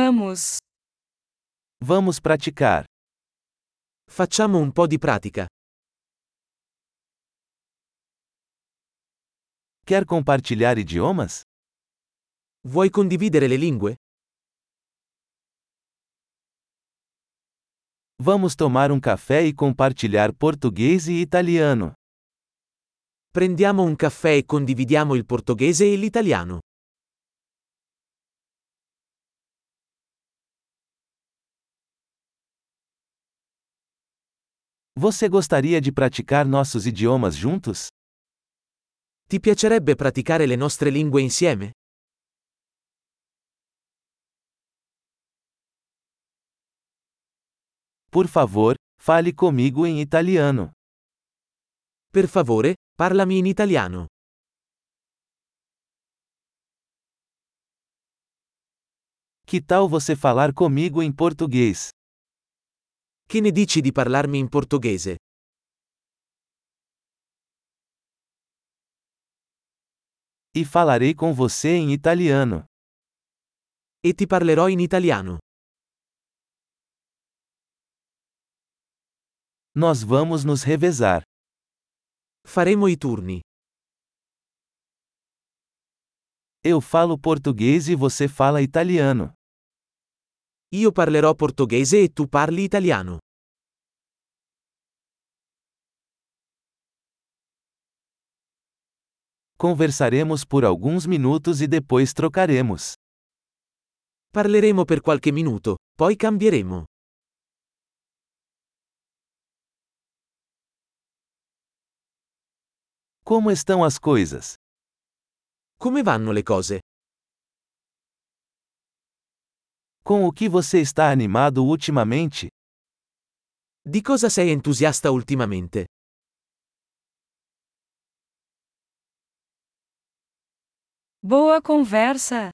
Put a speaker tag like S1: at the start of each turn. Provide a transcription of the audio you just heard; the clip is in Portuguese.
S1: Vamos.
S2: Vamos praticar.
S3: Facciamo un po' di pratica.
S2: Quer compartilhar idiomas?
S3: Vuoi condividere le lingue?
S2: Vamos tomar um café e compartilhar português e italiano.
S3: Prendiamo un caffè e condividiamo il portoghese e l'italiano.
S2: Você gostaria de praticar nossos idiomas juntos?
S3: Ti piacerebbe praticare le nostre lingue insieme?
S2: Por favor, fale comigo em italiano.
S3: Per favore, parlami in italiano.
S2: Que tal você falar comigo em português?
S3: Che ne dici di parlarmi in portoghese?
S2: E falarei com você em italiano.
S3: E ti parlerò in italiano.
S2: Nós vamos nos revezar.
S3: Faremo i turni.
S2: Eu falo português e você fala italiano.
S3: Io parlerò portoghese e tu parli italiano.
S2: Conversaremos por alguns minutos e depois trocaremos.
S3: Parleremo per qualche minuto, poi cambieremo.
S2: Como estão as coisas?
S3: Come vanno le cose?
S2: Com o que você está animado ultimamente?
S3: Di cosa sei entusiasta ultimamente?
S1: Boa conversa!